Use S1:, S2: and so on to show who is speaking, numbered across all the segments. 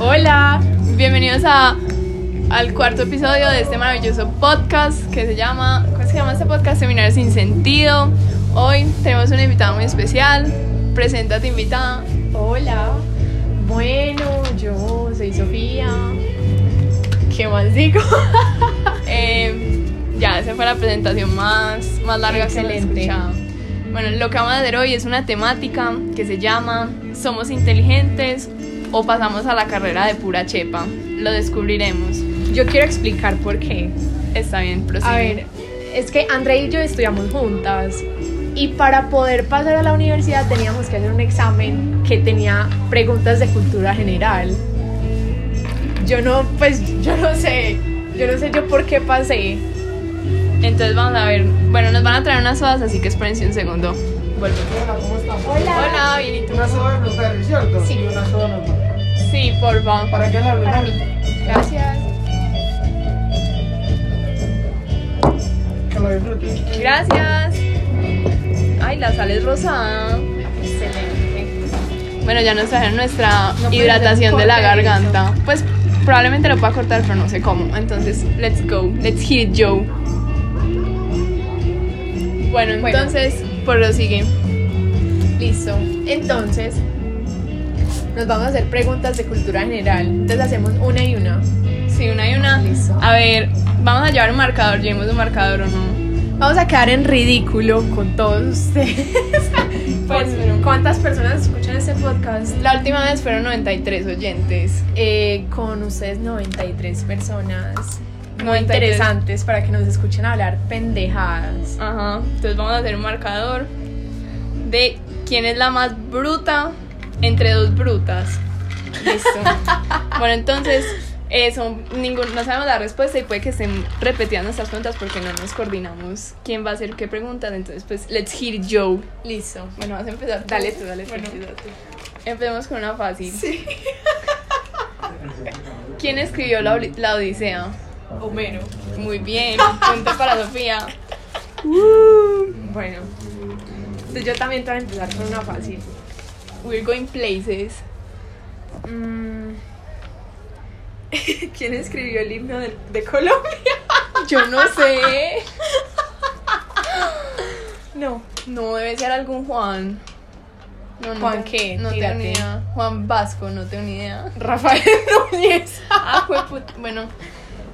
S1: Hola, bienvenidos a, al cuarto episodio de este maravilloso podcast que se llama, ¿cómo se llama este podcast? Seminario sin sentido. Hoy tenemos una invitada muy especial. Preséntate invitada.
S2: Hola, bueno, yo soy Sofía. ¿Qué más digo?
S1: Eh, ya, esa fue la presentación más, más larga
S2: Excelente.
S1: que hemos escuchado. Bueno, lo que vamos a hacer hoy es una temática que se llama ¿Somos inteligentes o pasamos a la carrera de pura chepa? Lo descubriremos.
S2: Yo quiero explicar por qué.
S1: Está bien, prosigue.
S2: A ver, es que André y yo estudiamos juntas y para poder pasar a la universidad teníamos que hacer un examen que tenía preguntas de cultura general. Yo no, pues yo no sé, yo no sé yo por qué pasé.
S1: Entonces vamos a ver. Bueno, nos van a traer unas sodas, así que espérense un segundo. Vuelvo.
S3: Hola, ¿cómo estamos?
S1: Hola, bien, ¿y tú?
S3: Una soda de Ferry, ¿cierto?
S2: Sí.
S3: Y una soda normal.
S1: Sí, por favor.
S3: ¿Para qué la
S2: Para
S3: reunión?
S2: mí, gracias.
S3: Que lo disfruten.
S1: Gracias. Ay, la sal es rosada.
S2: Excelente.
S1: Bueno, ya nos trajeron nuestra
S2: No puede
S1: hidratación
S2: ser
S1: de la
S2: corte de
S1: garganta. Pues probablemente lo pueda cortar, pero no sé cómo. Entonces, let's go. Let's hit it, Joe. Bueno,
S2: Bueno.
S1: entonces, por lo sigue.
S2: Listo. Entonces, nos vamos a hacer preguntas de cultura general. Entonces hacemos una y una.
S1: Sí, una y una.
S2: Listo.
S1: A ver, vamos a llevar un marcador. Llevemos un marcador o no.
S2: Vamos a quedar en ridículo con todos ustedes.
S1: Pues, pero-
S2: ¿Cuántas personas escuchan este podcast?
S1: La última vez fueron 93 oyentes.
S2: Eh, con ustedes 93 personas. Muy
S1: 93.
S2: interesantes para que nos escuchen hablar pendejadas.
S1: Ajá, entonces vamos a hacer un marcador de quién es la más bruta entre dos brutas. Listo. bueno, entonces, eh, son ningún, no sabemos la respuesta y puede que estén repetidas nuestras preguntas porque no nos coordinamos quién va a hacer qué preguntas. Entonces, pues, let's hear Joe.
S2: Listo.
S1: Bueno, vas a empezar.
S2: Dale tú, dale tú.
S1: Bueno,
S2: empieza tú.
S1: empecemos con una fácil. ¿Quién escribió la, oli- la Odisea?
S2: Homero.
S1: Muy bien, punto para Sofía.
S2: Bueno. Entonces yo también te voy a empezar con una fácil.
S1: We're going places.
S2: Mm. ¿Quién escribió el himno de, de Colombia?
S1: Yo no sé.
S2: No.
S1: No, debe ser algún Juan. No, no
S2: ¿Juan
S1: tengo-
S2: qué?
S1: No tengo
S2: Tírate.
S1: ni idea. Juan Vasco, no tengo ni idea.
S2: Rafael Núñez.
S1: Ah, fue put- Bueno.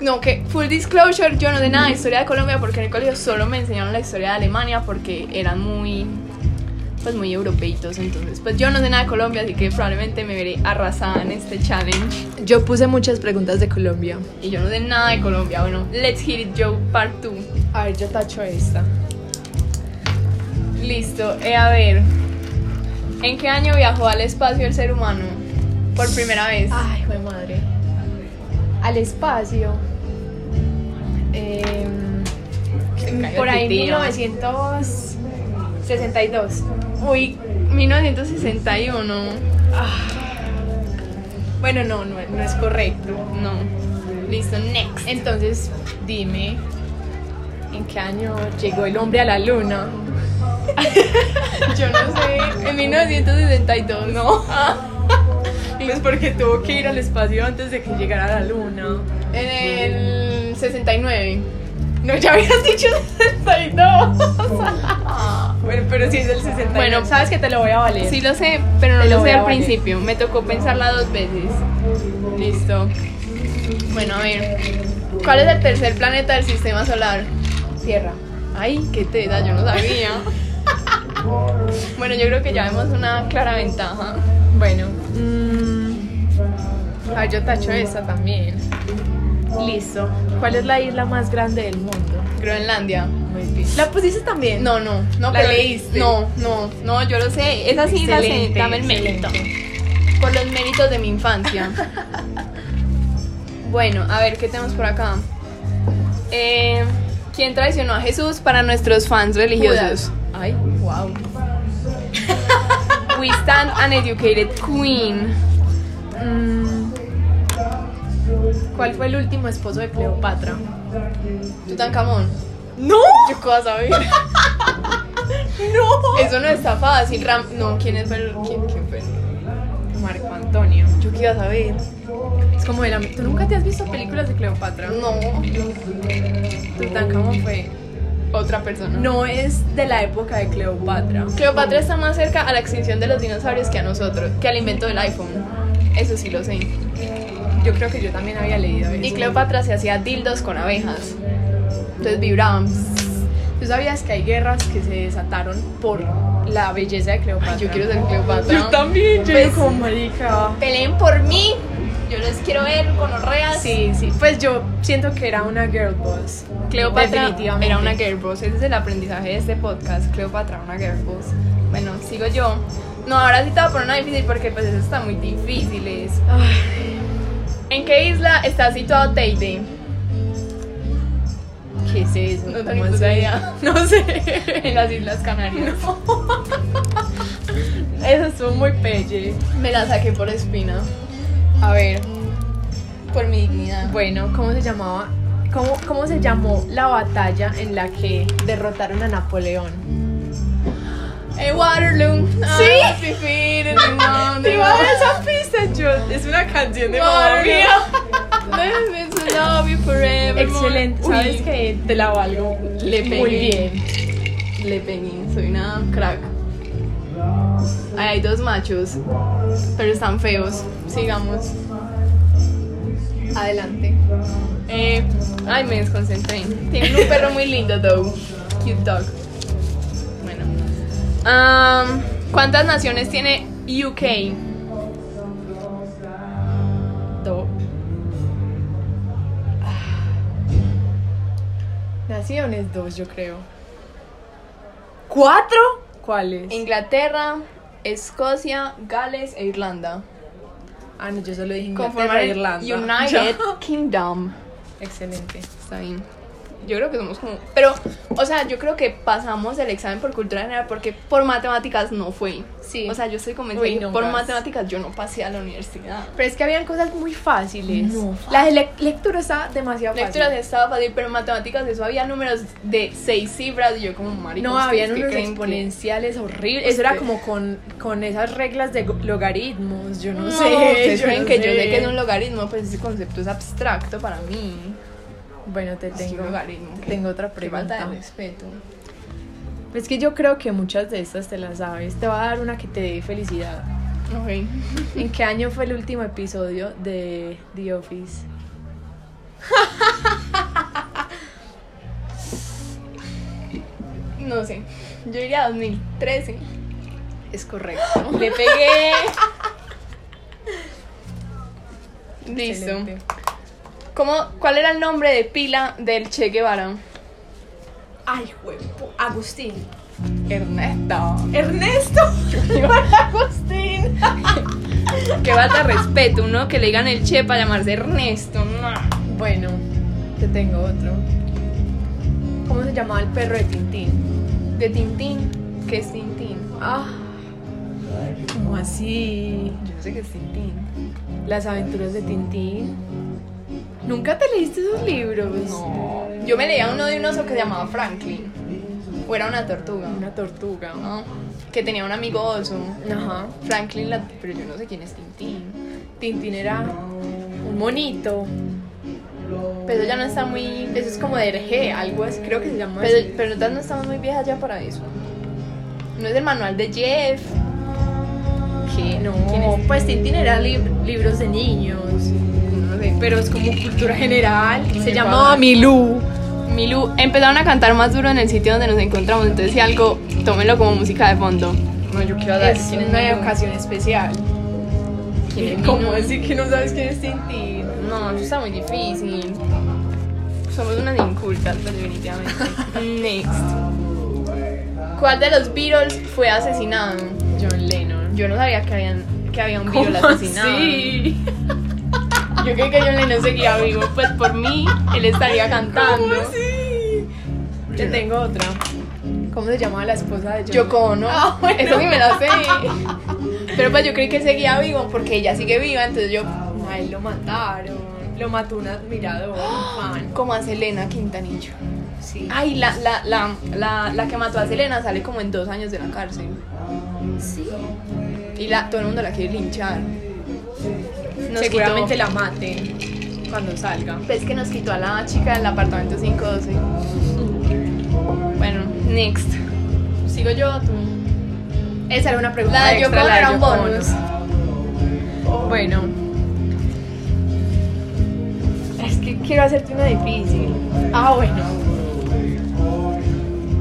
S1: No, que full disclosure, yo no sé nada de historia de Colombia porque en el colegio solo me enseñaron la historia de Alemania porque eran muy, pues muy europeitos. Entonces, pues yo no sé nada de Colombia, así que probablemente me veré arrasada en este challenge.
S2: Yo puse muchas preguntas de Colombia.
S1: Y yo no sé nada de Colombia. Bueno, let's hit it, Joe, part 2.
S2: A ver, yo tacho esta.
S1: Listo, eh, a ver. ¿En qué año viajó al espacio el ser humano? Por primera vez.
S2: Ay, jue madre. Al espacio. Em,
S1: Se cayó
S2: por
S1: el
S2: ahí en
S1: tío.
S2: 1962.
S1: Uy, 1961.
S2: Bueno, no, no, no es correcto.
S1: No. Listo,
S2: Eh,
S1: next.
S2: Entonces, dime, ¿en qué año llegó el hombre a la luna?
S1: Yo no sé. En 1962. No.
S2: Pues porque tuvo que ir al espacio antes de que llegara a la luna.
S1: En el 69.
S2: No, ya habías dicho 62. bueno, pero sí es el 62.
S1: Bueno,
S2: sabes que te lo voy a valer.
S1: Sí lo sé, pero no
S2: Te
S1: lo
S2: lo
S1: sé
S2: voy a
S1: al
S2: valer.
S1: principio. Me tocó pensarla dos veces. Listo. Bueno, a ver. ¿Cuál es el tercer planeta del sistema solar?
S2: Tierra.
S1: Ay, qué teta, yo no sabía. bueno, yo creo que ya vemos una clara ventaja.
S2: Bueno, mm, ah, yo tacho esa también. Listo. ¿Cuál es la isla más grande del mundo?
S1: Groenlandia.
S2: Muy bien. ¿La pusiste también?
S1: No, no, no,
S2: ¿La
S1: pero-
S2: leíste?
S1: No, no, no, yo lo sé. Esa sí la sé.
S2: Excelente,
S1: Dame el mérito.
S2: excelente.
S1: Por los méritos de mi infancia. bueno, a ver, ¿qué tenemos por acá? Eh, ¿Quién traicionó a Jesús para nuestros fans religiosos?
S2: Judas. Ay, wow.
S1: We stand an educated queen.
S2: Mm, ¿Cuál fue el último esposo de Cleopatra?
S1: Tutankamón.
S2: ¡No!
S1: Yo qué vas a ver.
S2: ¡No!
S1: Eso no está fácil. Ram- no, ¿quién es el- quién, quién fue?
S2: Marco Antonio.
S1: Yo que iba a saber.
S2: Es como de la... ¿Tú nunca te has visto películas de Cleopatra?
S1: No.
S2: Tutankamón fue...
S1: Otra persona.
S2: No es de la época de Cleopatra.
S1: Cleopatra está más cerca a la extinción de los dinosaurios que a nosotros, que al invento del iPhone. Eso sí lo sé.
S2: Yo creo que yo también había leído eso.
S1: Y Cleopatra se hacía dildos con abejas. Entonces vibraban.
S2: ¿Tú sabías que hay guerras que se desataron por la belleza de Cleopatra?
S1: Yo quiero ser Cleopatra.
S2: también,
S1: yo
S2: pues,
S1: digo, como,
S2: marica.
S1: Peleen por mí. Yo los quiero ver con orreas.
S2: Sí, sí. Pues yo siento que era una girl boss.
S1: Cleopatra
S2: Definitivamente.
S1: era una girl boss. Ese es el aprendizaje de este podcast. Cleopatra, una girl boss. Bueno, sigo yo. No, ahora sí te voy a poner una difícil porque pues eso está muy difícil. es. ¿En qué isla está situado Teide?
S2: ¿Qué es eso?
S1: No
S2: ¿Cómo
S1: tengo ni
S2: es
S1: puta
S2: eso?
S1: idea. No sé. En las Islas Canarias.
S2: Eso estuvo muy pelle.
S1: Me la saqué por espina. A ver. Por mi dignidad.
S2: Bueno, ¿cómo se llamaba? ¿Cómo, ¿Cómo se llamó la batalla en la que derrotaron a Napoleón?
S1: Eh, Waterloo. Ah, sí, sí, no,
S2: Te iba a dar esa pista, yo. Es una canción de mamá mía.
S1: Baby, love you forever.
S2: Excelente.
S1: Uy,
S2: ¿Sabes que Te la valgo.
S1: Le pegué.
S2: Muy bien.
S1: Le pegué, soy una crack. Ahí hay dos machos, pero están feos. Sigamos.
S2: Adelante.
S1: Eh, ay, me desconcentré. Tienen un perro muy lindo, though. Cute dog. Bueno. Am, ¿Cuántas naciones tiene UK?
S2: Do. Naciones dos, yo creo. ¿Cuatro? ¿Cuáles?
S1: Inglaterra, Escocia, Gales e Irlanda.
S2: Ah, no, yo solo dije
S1: Conforman
S2: Inglaterra e
S1: el
S2: Irlanda.
S1: United Kingdom.
S2: Excelente.
S1: Está bien. Yo creo que somos como. Pero, o sea, yo creo que pasamos el examen por cultura general porque por matemáticas no fue.
S2: Sí.
S1: O sea, yo estoy convencida
S2: Uy,
S1: que
S2: no
S1: por
S2: más.
S1: matemáticas yo no pasé a la universidad.
S2: Pero es que habían cosas muy fáciles.
S1: No.
S2: La de lec- lectura estaba demasiado fácil.
S1: Lecturas estaba fácil, pero en matemáticas eso había números de seis cifras y yo como marico.
S2: No,
S1: ¿ustedes
S2: habían
S1: qué
S2: unos
S1: creen que-
S2: exponenciales horribles. Eso era
S1: Usted-
S2: como con, con esas reglas de go- logaritmos. Yo no,
S1: No,
S2: sé.
S1: ustedes
S2: yo
S1: creen
S2: no
S1: que yo sé que es
S2: sé.
S1: un logaritmo, pues ese concepto es abstracto para mí.
S2: Bueno, te
S1: Es un
S2: tengo,
S1: logaritmo.
S2: te tengo otra
S1: Qué falta
S2: pregunta.
S1: de respeto.
S2: Es que yo creo que muchas de estas te las sabes. Te voy a dar una que te dé felicidad.
S1: Ok.
S2: ¿En qué año fue el último episodio de The Office?
S1: No sé. Yo diría 2013.
S2: Es correcto.
S1: Le pegué. Listo.
S2: Excelente.
S1: ¿Cómo, ¿Cuál era el nombre de pila del Che Guevara?
S2: Ay, huevo. Agustín.
S1: Ernesto.
S2: Ernesto. Agustín.
S1: Que falta de respeto, ¿no? Que le digan el Che para llamarse Ernesto. Mua.
S2: Bueno, te tengo otro. ¿Cómo se llamaba el perro de Tintín?
S1: De Tintín. ¿Qué es Tintín?
S2: Ah. ¿Cómo así?
S1: Yo no sé qué es Tintín.
S2: Las aventuras de Tintín. ¿Nunca te leíste esos libros?
S1: No. Yo me leía uno de un oso que se llamaba Franklin. O era una tortuga.
S2: Una tortuga.
S1: ¿no? Que tenía un amigo oso.
S2: Ajá.
S1: Franklin, la- pero yo no sé quién es Tintín.
S2: Tintín era un monito.
S1: Pero ya no está muy.
S2: Eso es como de Hergé, algo así, creo que se llama
S1: Pero,
S2: así.
S1: pero nosotras no estamos muy viejas ya para eso. No es el manual de Jeff.
S2: ¿Qué? No,
S1: ¿Quién es?
S2: pues Tintín era lib- libros de niños.
S1: No sé.
S2: Pero es como cultura general. Se
S1: Me
S2: llamaba
S1: pasa.
S2: Milú.
S1: Milu, empezaron a cantar más duro en el sitio donde nos encontramos. Entonces, si algo, tómenlo como música de fondo. No, yo quiero
S2: Es una ocasión especial.
S1: ¿Quién es
S2: ¿Cómo
S1: Milu?
S2: decir que no sabes quién es Tintín?
S1: No, eso está muy difícil. Somos unas incultas, pues, definitivamente. Next. ¿Cuál de los Beatles fue asesinado?
S2: John Lennon.
S1: Yo no sabía que, habían, que había un Beatle asesinado.
S2: así?
S1: Yo creo que John Lennon seguía vivo, pues por mí él estaría cantando.
S2: ¿Cómo así? Te tengo otra. ¿Cómo se llamaba la esposa de John
S1: Yo cono.
S2: Ah, bueno.
S1: Eso sí me la sé. Pero pues yo creí que seguía vivo porque ella sigue viva, entonces yo
S2: Lennon? A él lo mataron. Lo mató un admirador, un fan.
S1: como a Selena Quintanillo.
S2: Sí.
S1: Ay, la, la, la, la, la que mató a Selena sale como en dos años de la cárcel.
S2: sí.
S1: Y la, todo el mundo la quiere linchar. Nos
S2: Seguramente
S1: quitó-
S2: la maten cuando salga.
S1: Pues que nos quitó a la chica del apartamento 512. Bueno, next.
S2: Sigo yo, tú.
S1: Esa era una pregunta.
S2: La de
S1: extra,
S2: Yoko Ono era
S1: de
S2: un
S1: Yoko Ono.
S2: bonus. Bueno. Es que quiero hacerte una difícil. Ah, bueno.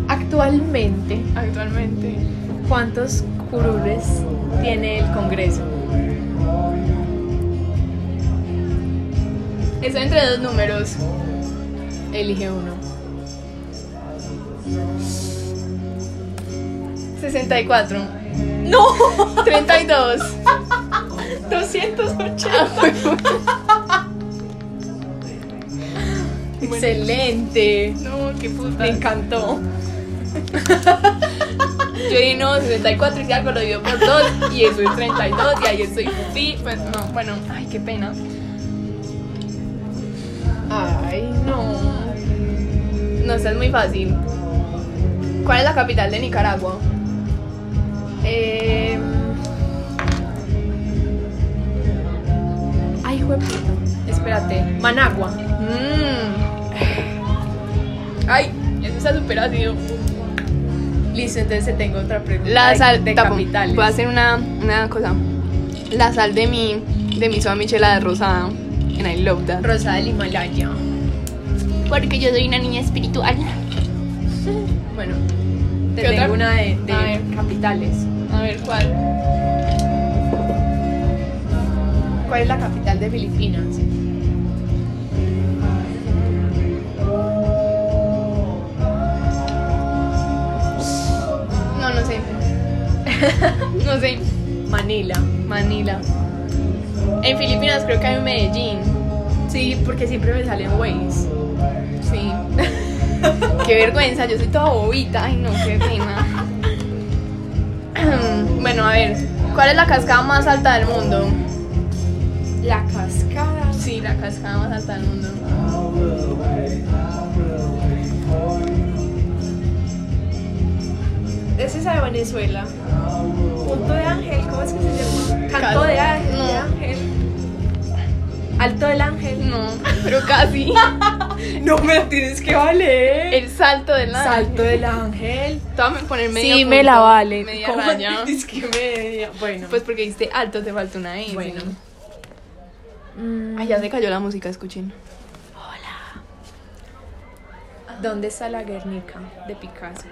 S2: Actualmente,
S1: Actualmente.
S2: ¿cuántos curules tiene el Congreso?
S1: Eso entre dos números.
S2: Elige uno.
S1: 64.
S2: ¡No!
S1: 32.
S2: 280. Excelente.
S1: No, qué puta.
S2: Me encantó.
S1: Yo dije no, 64 y si algo lo divido por 2 y eso es 32 y ahí estoy fufi. Pues no, bueno, ay, qué pena.
S2: Ay, no.
S1: No, esta es muy fácil. ¿Cuál es la capital de Nicaragua?
S2: Eh... Ay, hueputa. Espérate. Managua.
S1: Mm. Ay, eso está súper ácido.
S2: Listo, entonces te tengo otra pregunta.
S1: La
S2: de-
S1: sal
S2: de
S1: tapo.
S2: capitales.
S1: Voy a hacer una, una cosa. La sal de mi, de mi soda michelada rosada. En I love that.
S2: Rosa del Himalaya.
S1: Porque yo soy una niña espiritual. Bueno,
S2: Te
S1: ¿Qué otra?
S2: tengo una de, de
S1: A ver.
S2: capitales.
S1: a ver cuál.
S2: ¿Cuál es la capital de Filipinas?
S1: No, no sé. no sé.
S2: Manila.
S1: Manila. En Filipinas creo que hay un Medellín.
S2: Sí, porque siempre me salen Waze.
S1: Sí. qué vergüenza, yo soy toda bobita. Ay, no, qué pena. bueno, a ver. ¿Cuál es la cascada más alta del mundo?
S2: La cascada.
S1: Sí, la cascada más alta del mundo.
S2: Es esa de Venezuela. Punto de Ángel, ¿cómo es que se llama?
S1: Canto de Ángel, de
S2: Alto del Ángel.
S1: No, pero casi.
S2: No me la tienes que valer.
S1: El salto del ángel.
S2: Salto del Ángel.
S1: Estaba a poner media punto, Media raya.
S2: Es que media. Bueno.
S1: Pues porque dijiste alto, te falta una E, S.
S2: Bueno. Mm.
S1: Ay, ya se cayó la música, escuchen.
S2: ¿Dónde está la Guernica de Picasso?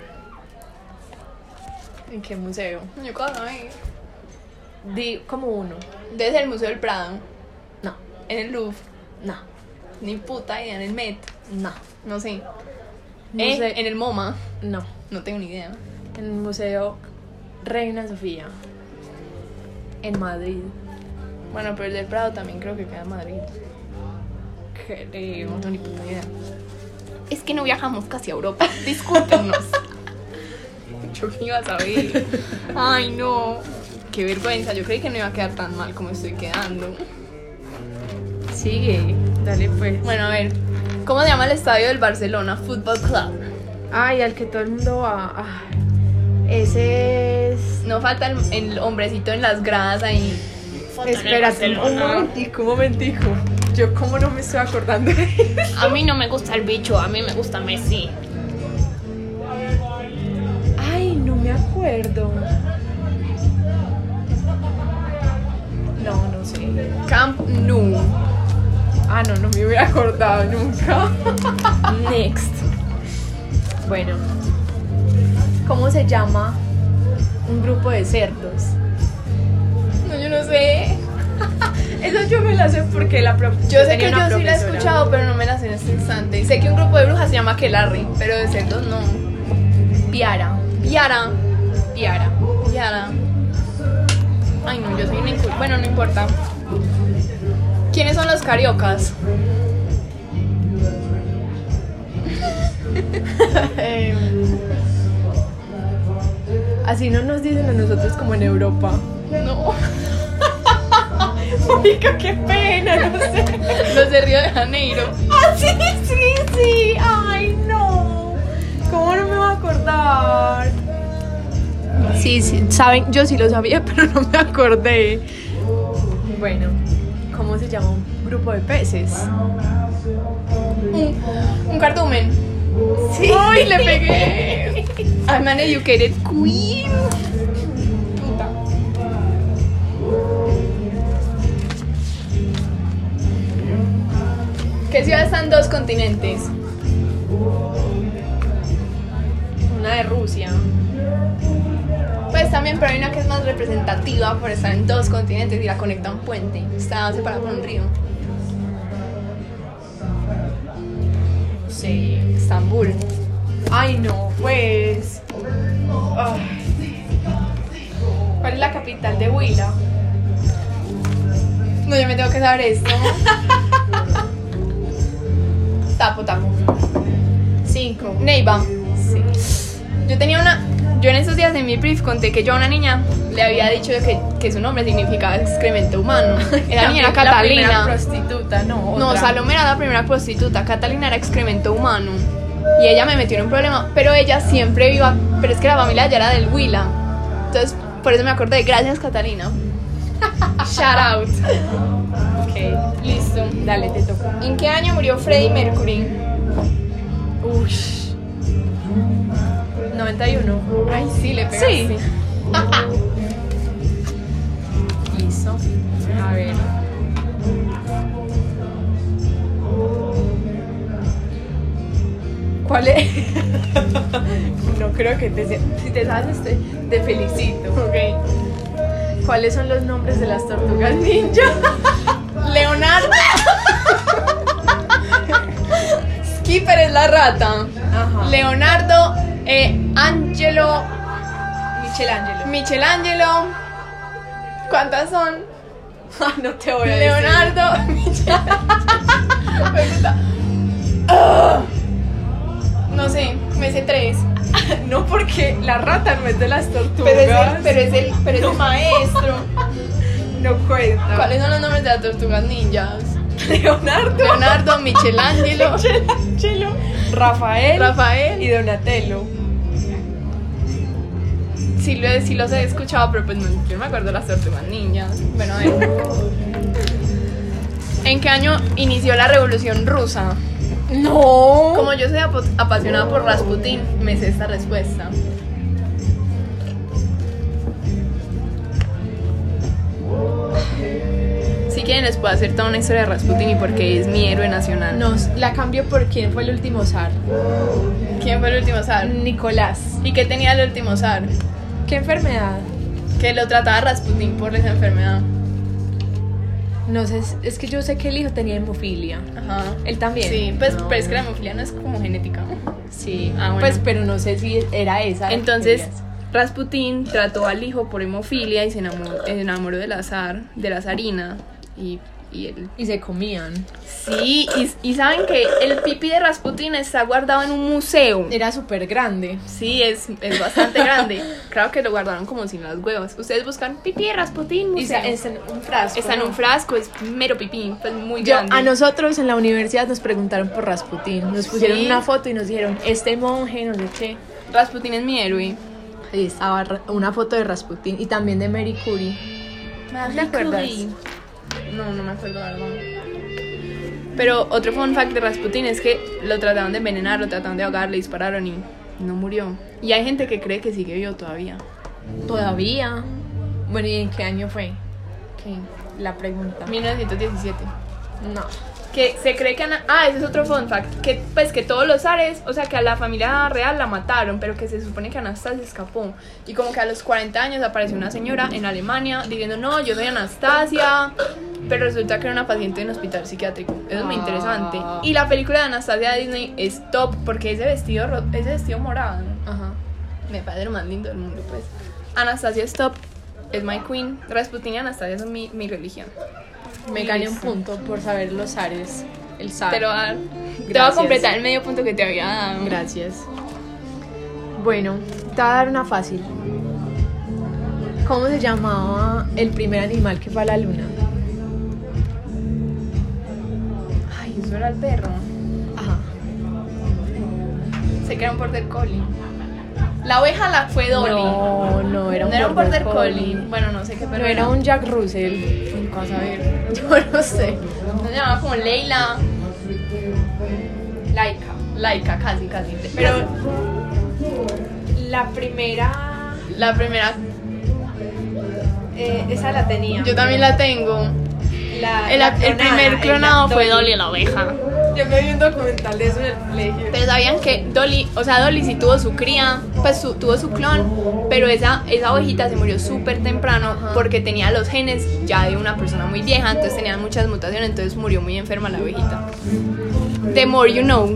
S2: ¿En qué museo?
S1: Yo cuando ahí.
S2: Di como uno.
S1: Desde el Museo del Prado,
S2: No,
S1: en el Louvre,
S2: no,
S1: ni puta idea, en el Met,
S2: no.
S1: no sé.
S2: No
S1: Eh,
S2: sé.
S1: En el MoMA,
S2: No.
S1: no tengo ni idea.
S2: En el museo Reina Sofía. En Madrid.
S1: Bueno, pero el del Prado también creo que queda en Madrid.
S2: Creo.
S1: No tengo ni puta idea. Es que no viajamos casi a Europa, discúlpenos. yo qué iba a saber. Ay, no. Qué vergüenza, yo creí que no iba a quedar tan mal como estoy quedando.
S2: Sigue. Dale pues.
S1: Bueno, a ver. ¿Cómo se llama el estadio del Barcelona Fútbol Club?
S2: Ay, al que todo el mundo va. ay. Ese es.
S1: No falta el, el hombrecito en las gradas ahí.
S2: Espérate, un momentico, un momentico. Yo como no me estoy acordando de
S1: A mí no me gusta el bicho, a mí me gusta Messi.
S2: Ay, no me acuerdo. No, no sé.
S1: Camp Nou.
S2: Ah, no, no me hubiera acordado nunca.
S1: Next.
S2: Bueno. ¿Cómo se llama un grupo de cerdos?
S1: No, yo no sé.
S2: Eso yo me la sé porque la pro-
S1: Yo sé
S2: tenía
S1: que
S2: una
S1: yo sí la he
S2: profesora.
S1: escuchado, pero no me la sé en este instante. Sé que un grupo de brujas se llama Kelarri, pero de cerdos no.
S2: Piara.
S1: Piara.
S2: Piara.
S1: Piara. Ay, no, yo soy una incul- Bueno, no importa. ¿Quiénes son los cariocas?
S2: Así no nos dicen a nosotros como en Europa.
S1: No.
S2: Ubica, qué pena, no sé.
S1: Los de Río de Janeiro.
S2: ¡Ah, sí, sí, sí! ¡Ay, no! ¿Cómo no me voy a acordar?
S1: No
S2: Sí, sí, saben, yo sí lo sabía, pero no me acordé. Bueno, ¿cómo se llama un grupo de peces?
S1: Un, un cardumen.
S2: Sí.
S1: ¡Ay, le pegué! I'm an educated queen. Puta. ¿Qué ciudad están dos continentes? Una de Rusia. Pues también, pero hay una que es más representativa por estar en dos continentes y la conecta un puente. Está separada por un río.
S2: Sí.
S1: Estambul.
S2: Ay, no, pues. Ay.
S1: ¿Cuál es la capital de Huila? No, yo me tengo que saber esto. tapo, tapo. Cinco. Neiva. Yo tenía una. Yo en esos días en mi brief conté que yo a una niña le había dicho que, que su nombre significaba excremento humano. Era niña era
S2: La primera
S1: Catalina.
S2: prostituta, no.
S1: No,
S2: otra.
S1: Salomé era la primera prostituta. Catalina era excremento humano. Y ella me metió en un problema. Pero ella siempre iba. Pero es que la familia ya era del Huila. Entonces, por eso me acordé. Gracias, Catalina. Shout out.
S2: Ok,
S1: Listo.
S2: dale, te toca.
S1: ¿En qué año murió Freddie Mercury?
S2: Ush. 91.
S1: Ay, sí, le pegaste.
S2: Sí. Listo. A ver. ¿Cuál es? no creo que te sea- Si te sabes, te, te felicito.
S1: Ok.
S2: ¿Cuáles son los nombres de las tortugas ninja?
S1: Leonardo. Skipper es la rata.
S2: Ajá.
S1: Leonardo, eh, Angelo,
S2: Michelangelo.
S1: Michelangelo. ¿Cuántas son?
S2: Ah, no te voy a
S1: Leonardo, Michelangelo. Me gusta. Ah. No sé, me sé tres.
S2: decir. No, porque la rata no es de las tortugas.
S1: Pero es el, pero es el, pero es el maestro.
S2: No cuenta.
S1: ¿Cuáles son los nombres de las tortugas ninjas?
S2: Leonardo.
S1: Leonardo, Michelangelo,
S2: Michelangelo. Rafael.
S1: Rafael.
S2: Y Donatello.
S1: Sí, lo, sí los he escuchado, pero pues no, yo no me acuerdo de las tortugas ninjas. Bueno, a ver. ¿En qué año inició la revolución rusa?
S2: No.
S1: Como yo soy apo- apasionada por Rasputin, me sé esta respuesta. Si quieren les puedo hacer toda una historia de Rasputin y porque es mi héroe nacional.
S2: Nos la cambio por quién fue el último zar.
S1: ¿Quién fue el último zar?
S2: Nicolás.
S1: ¿Y qué tenía el último zar?
S2: ¿Qué enfermedad?
S1: Que lo trataba Rasputin por esa enfermedad.
S2: No sé, es- es que yo sé que el hijo tenía hemofilia.
S1: Ajá.
S2: Él también.
S1: Sí, pues,
S2: No.
S1: pero es que la hemofilia no es como genética. ¿no?
S2: Sí.
S1: Ah, bueno.
S2: Pues, pero no sé si era esa.
S1: Entonces,
S2: Tenías.
S1: Rasputin trató al hijo por hemofilia y se enamoró, se enamoró del azar, de la zarina. Y, y él.
S2: Y se comían.
S1: Sí, y, y saben que el pipí de Rasputin está guardado en un museo.
S2: Era súper grande.
S1: Sí, es, es bastante grande. Claro que lo guardaron como sin las huevas. Ustedes buscan pipí de Rasputin,
S2: Y
S1: museo.
S2: sa- es en un frasco.
S1: Está en un frasco, es mero pipí, pues muy
S2: Yo-
S1: grande.
S2: a nosotros en la universidad nos preguntaron por Rasputín. Nos pusieron
S1: Sí.
S2: una foto y nos dijeron, este monje, no sé qué.
S1: Rasputin es mi héroe.
S2: Ahí estaba ra- una foto de Rasputín y también de Mary Curie. ¿Te acuerdas?
S1: No, no me acuerdo, la verdad. Pero otro fun fact de Rasputin es que lo trataron de envenenar, lo trataron de ahogar, le dispararon y no murió. Y hay gente que cree que sigue vivo todavía.
S2: Todavía. Bueno, ¿y en qué año fue?
S1: ¿Qué?
S2: La pregunta.
S1: 1917.
S2: No.
S1: Que se cree que... Ana- Ah, ese es otro fun fact. Que pues que todos los zares, o sea que a la familia real la mataron, pero que se supone que Anastasia escapó. Y como que a los 40 años apareció una señora en Alemania diciendo, no, yo soy Anastasia. Pero resulta que era una paciente en un hospital psiquiátrico. Eso es muy
S2: Ah.
S1: interesante. Y la película de Anastasia de Disney es top porque ese vestido, ro- ese vestido morado
S2: Ajá.
S1: me parece lo más lindo del mundo, pues. Anastasia es top, es my queen. Rasputin y Anastasia son mi, mi religión.
S2: Me
S1: Y
S2: gané un
S1: listo.
S2: punto por saber los ares. El zar.
S1: Te lo va a dar. Te voy a
S2: Gracias.
S1: completar el medio punto que te había dado.
S2: Gracias. Bueno, te voy a dar una fácil. ¿Cómo se llamaba el primer animal que fue a la luna?
S1: Ay, eso era el perro.
S2: Ajá.
S1: Se crearon por del collie. La oveja la fue Dolly.
S2: No, no, era un,
S1: No era un border collie.
S2: collie.
S1: Bueno, no sé qué, pero
S2: No era un Jack Russell.
S1: Nunca vas a ver.
S2: Yo no sé.
S1: Se llamaba como Leila,
S2: Laika.
S1: Laika, casi, casi. Pero
S2: La primera.
S1: la primera,
S2: eh, esa la tenía.
S1: yo también la tengo.
S2: La-
S1: El,
S2: la
S1: el
S2: clonada,
S1: primer
S2: el
S1: clonado fue
S2: Dolly.
S1: Dolly la oveja.
S2: Yo me vi un documental de eso en el colegio.
S1: Pero sabían que Dolly, o sea, Dolly sí tuvo su cría, pues su- tuvo su clon, pero esa, esa ovejita se murió súper temprano
S2: Ajá.
S1: porque tenía los genes ya de una persona muy vieja, entonces tenían muchas mutaciones, entonces murió muy enferma la ovejita. The more you know.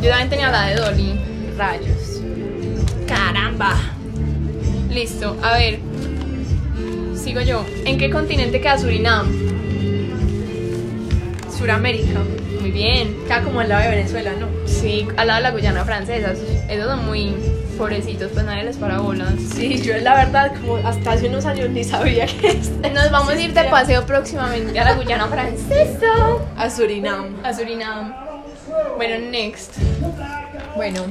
S1: Yo también tenía la de Dolly.
S2: Rayos.
S1: Caramba. Listo, a ver. Sigo yo. ¿En qué continente queda Surinam?
S2: Suramérica.
S1: Muy bien.
S2: Está como al lado de Venezuela, ¿no?
S1: Sí, al lado de la Guyana francesa. Esos son muy pobrecitos, pues nadie les para bolas.
S2: Sí, yo la verdad, como hasta hace unos años ni sabía que es.
S1: Nos vamos a ir de paseo próximamente a la Guyana francesa.
S2: A Surinam.
S1: A Surinam. Bueno, next.
S2: Bueno.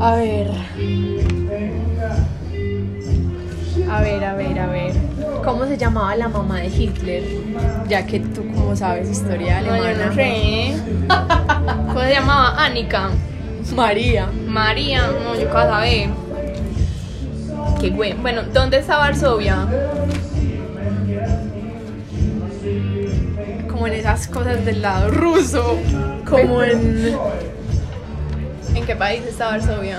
S2: A ver. A ver, a ver, a ver. ¿Cómo se llamaba la mamá de Hitler? Ya que tú como sabes historia
S1: No, yo
S2: alemana.
S1: no sé. ¿Cómo se llamaba? Annika.
S2: María.
S1: María. No, yo qué vas a ver. Qué güey. Bueno, ¿dónde está Varsovia?
S2: Como en esas cosas del lado ruso. Como en...
S1: ¿En qué país está Varsovia?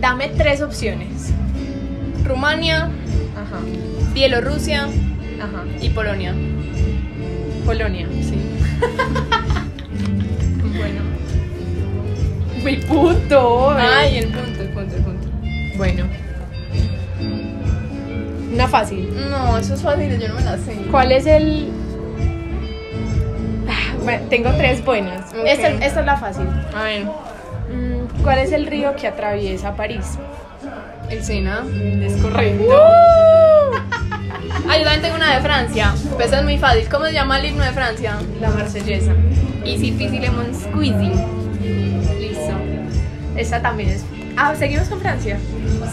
S2: Dame tres opciones.
S1: Rumania,
S2: Ajá.
S1: Bielorrusia
S2: Ajá.
S1: y Polonia.
S2: Polonia.
S1: Sí. bueno.
S2: Mi puto.
S1: Ay, el punto, el punto, el punto.
S2: Bueno. Una fácil.
S1: No, eso es fácil, yo no me la sé.
S2: ¿Cuál es el...? Ah, bueno, tengo tres buenas.
S1: Ok.
S2: Esta, esta es la fácil.
S1: A ver,
S2: Mm, ¿Cuál es el río que atraviesa París?
S1: el Sena.
S2: Es correcto.
S1: Ah, yo también tengo una de Francia. Pues esa es muy fácil. ¿Cómo se llama el himno de Francia?
S2: La marsellesa.
S1: Easy peasy lemon squeezy. Listo.
S2: Esta también es... Ah, seguimos con Francia.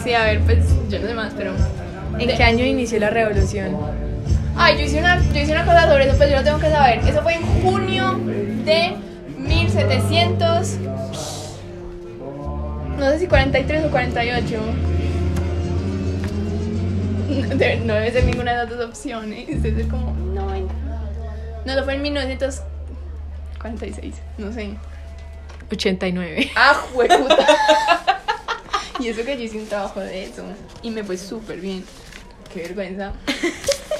S1: Sí, a ver, pues yo no sé más, pero.
S2: ¿En qué año inició la revolución?
S1: Ay, yo hice, una, yo hice una cosa sobre eso, pues yo lo tengo que saber. Eso fue en junio de 1700. No sé si 43 o 48. No debe- no debe ser ninguna de las dos opciones. Debe ser como. No, en- no, eso fue en 1946. No sé.
S2: 89.
S1: ¡Ah, jueputa! y eso que yo hice un trabajo de eso. Y me fue súper bien. ¡Qué vergüenza!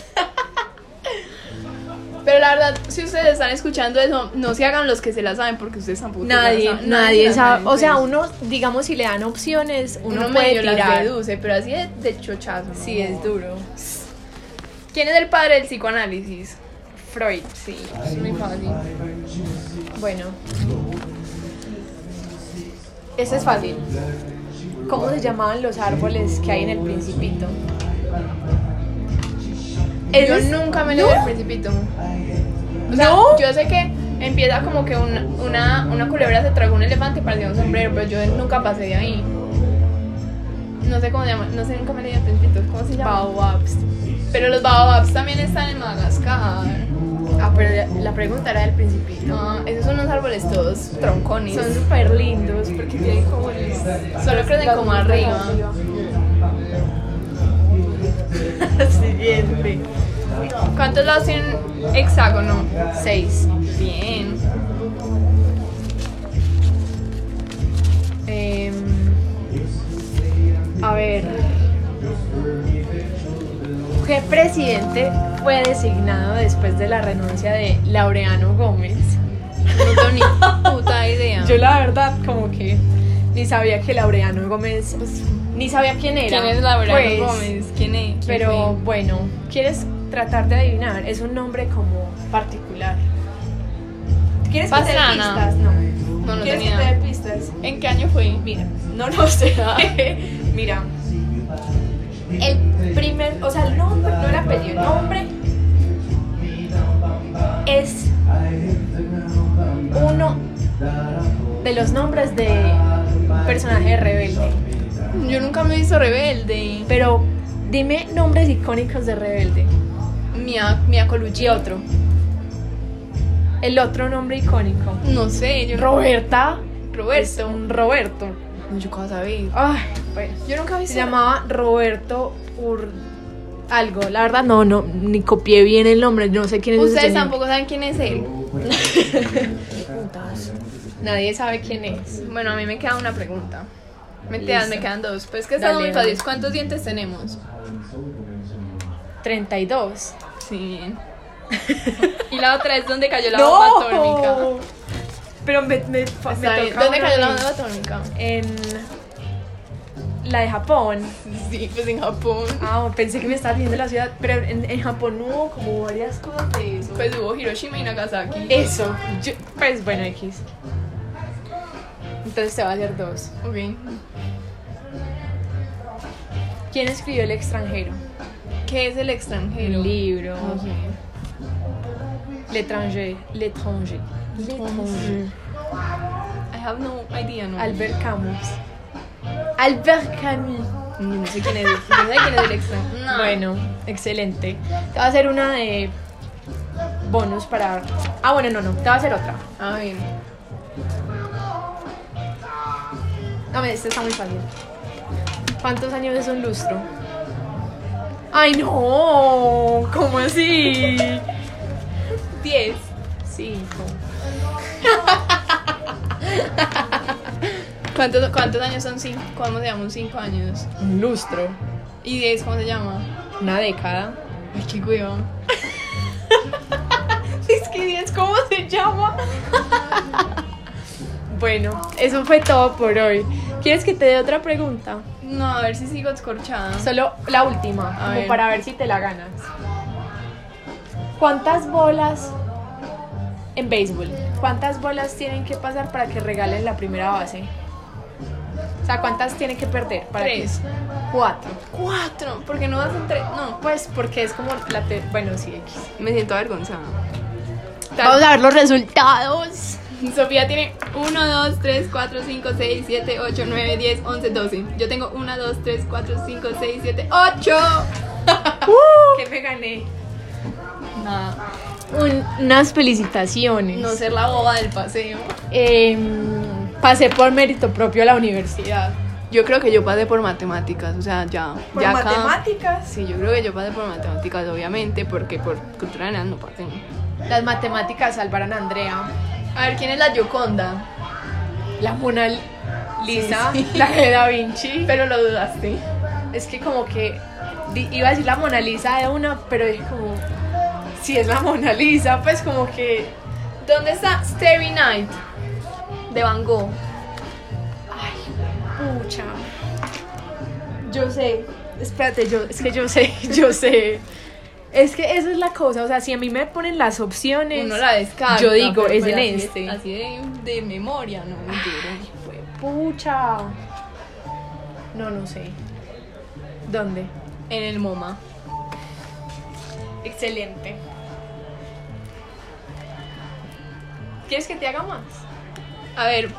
S1: Pero la verdad, si ustedes están escuchando eso, no se hagan los que se la saben porque ustedes tampoco se la
S2: Nadie,
S1: saben.
S2: nadie
S1: la
S2: sabe. O sea,
S1: entonces,
S2: uno, digamos, si le dan opciones, uno,
S1: uno
S2: puede
S1: medio las
S2: tirar.
S1: deduce, pero así de, de chochazo. ¿no?
S2: Sí, es duro.
S1: ¿Quién es el padre del psicoanálisis?
S2: Freud.
S1: Sí, es muy fácil.
S2: Bueno. Esto es fácil. ¿Cómo se llamaban los árboles que hay en el Principito? Eso
S1: Yo
S2: es-
S1: nunca me leí
S2: ¿No?
S1: el Principito. O sea,
S2: ¿No?
S1: yo sé que empieza como que una, una, una culebra se tragó un elefante y parecía un sombrero, pero yo nunca pasé de ahí. No sé cómo se llama, no sé, nunca me leí el Principito. ¿Cómo se llama?
S2: Baobabs.
S1: Pero los baobabs también están en Madagascar.
S2: Ah, pero la- la pregunta era del Principito.
S1: Ah, esos son unos árboles todos troncones.
S2: Son súper lindos porque tienen como les-
S1: Solo crecen como arriba.
S2: Siguiente.
S1: ¿Cuántos lados tiene un hexágono?
S2: Seis.
S1: Bien.
S2: Em, a ver. ¿Qué presidente fue designado después de la renuncia de Laureano Gómez?
S1: No tengo ni puta idea.
S2: Yo la verdad como que ni sabía que Laureano Gómez, pues, ni sabía quién era.
S1: ¿Quién es Laura
S2: Pues,
S1: Gómez? ¿Quién es? ¿Quién
S2: Pero
S1: fue?
S2: bueno, ¿quieres tratar de adivinar? Es un nombre como particular. ¿Quieres que te dé
S1: Pastrana.
S2: pistas? No.
S1: No, no
S2: ¿Quieres
S1: tenía.
S2: que te dé pistas?
S1: ¿En qué año fue?
S2: Mira, no lo sé. Mira. El primer, o sea, el nombre, no el apellido, el nombre es de los nombres de personajes de Rebelde.
S1: Yo nunca me he visto rebelde.
S2: Pero dime nombres icónicos de Rebelde.
S1: Mia, Mia Colucci.
S2: Y otro. El otro nombre icónico.
S1: No sé, yo
S2: Roberta. Es
S1: Roberto.
S2: un Roberto.
S1: No, yo cómo sabía.
S2: Ay, pues.
S1: Yo nunca he visto.
S2: Se llamaba Roberto Ur... Algo, la verdad no, no, ni copié bien el nombre, yo no sé quién es ese
S1: Ustedes
S2: señor.
S1: tampoco saben quién es él.
S2: Nadie sabe quién es.
S1: Bueno, a mí me queda una pregunta. Mentiras,
S2: Listo.
S1: me quedan dos. Pues que está
S2: Dale,
S1: muy
S2: dale.
S1: fácil. ¿Cuántos dientes tenemos?
S2: 32.
S1: Sí, bien. y la otra es ¿dónde cayó la bomba atómica?
S2: Pero me, me, me
S1: Está bien.
S2: toca
S1: ¿Dónde
S2: una
S1: cayó la
S2: vez.
S1: bomba atómica?
S2: En la de Japón.
S1: Sí, pues en Japón.
S2: Ah, pensé que me estaba diciendo la ciudad, pero en, en Japón hubo como varias cosas de eso.
S1: Pues hubo Hiroshima y Nagasaki.
S2: Eso, yo- pues bueno, X. Entonces te va a hacer dos.
S1: Ok.
S2: ¿Quién escribió El extranjero?
S1: ¿Qué es el extranjero?
S2: Un libro.
S1: Ok.
S2: L'étranger. L'étranger.
S1: L'étranger. I have no idea, no.
S2: Albert Camus. Albert Camus.
S1: No sé quién es. No sé quién es el extranjero. No.
S2: Bueno, excelente. Te va a hacer una de bonus para. Ah, bueno, no, no. Te va a hacer otra.
S1: A ver.
S2: No, me- esta está muy fácil. ¿Cuántos años es un lustro? ¡Ay, no! ¿Cómo así?
S1: 10.
S2: Cinco.
S1: ¿Cuántos, ¿Cuántos años son 5? ¿Cómo se llaman 5 años?
S2: Un lustro.
S1: ¿Y 10 cómo se llama?
S2: Una década.
S1: Ay, qué cuidado.
S2: Es que diez, ¿cómo se llama? bueno, eso fue todo por hoy. ¿Quieres que te dé otra pregunta?
S1: No, a ver si sigo escorchada.
S2: Solo la última,
S1: A
S2: como
S1: ver.
S2: para ver si te la ganas. ¿Cuántas bolas en béisbol? ¿Cuántas bolas tienen que pasar para que regalen la primera base? O sea, ¿cuántas tiene que perder? Para que-
S1: 3.
S2: Cuatro.
S1: 4. ¿Por qué no vas en 3? No.
S2: Pues porque es como la... te- Bueno, sí, X.
S1: Me siento avergonzada.
S2: Vamos a ver los resultados.
S1: Sofía tiene 1, 2, 3, 4, 5, 6, 7, 8, 9, 10, 11, 12. Yo tengo 1, 2, 3, 4, 5, 6, 7, 8.
S2: ¿Qué me gané?
S1: Nada.
S2: unas felicitaciones.
S1: No ser la boba del paseo.
S2: Em, pasé por mérito propio a la universidad.
S1: Yo creo que yo pasé por matemáticas, o sea, ya. ya acá- Sí, yo creo que yo pasé por matemáticas, obviamente, porque por cultura general no pasé.
S2: Las matemáticas salvarán a Andrea.
S1: A ver, ¿quién es la Yoconda?
S2: La Mona Lisa,
S1: Sí, sí.
S2: la de Da Vinci.
S1: Pero lo dudaste.
S2: Es que como que di- iba a decir la Mona Lisa de una, pero es como si es la Mona Lisa, pues como que
S1: ¿Dónde está Starry Night? De Van Gogh.
S2: pucha. Yo sé, espérate, yo es que yo sé, yo sé. Es que esa es la cosa, o sea, si a mí me ponen las opciones,
S1: Uno la descarta.
S2: Yo digo,
S1: pero
S2: es
S1: pues
S2: en
S1: así de-
S2: este.
S1: Así de, de memoria, no mentira.
S2: Fue pucha. No, no sé. ¿Dónde?
S1: En el MoMA.
S2: Excelente. ¿Quieres que te haga más?
S1: A ver.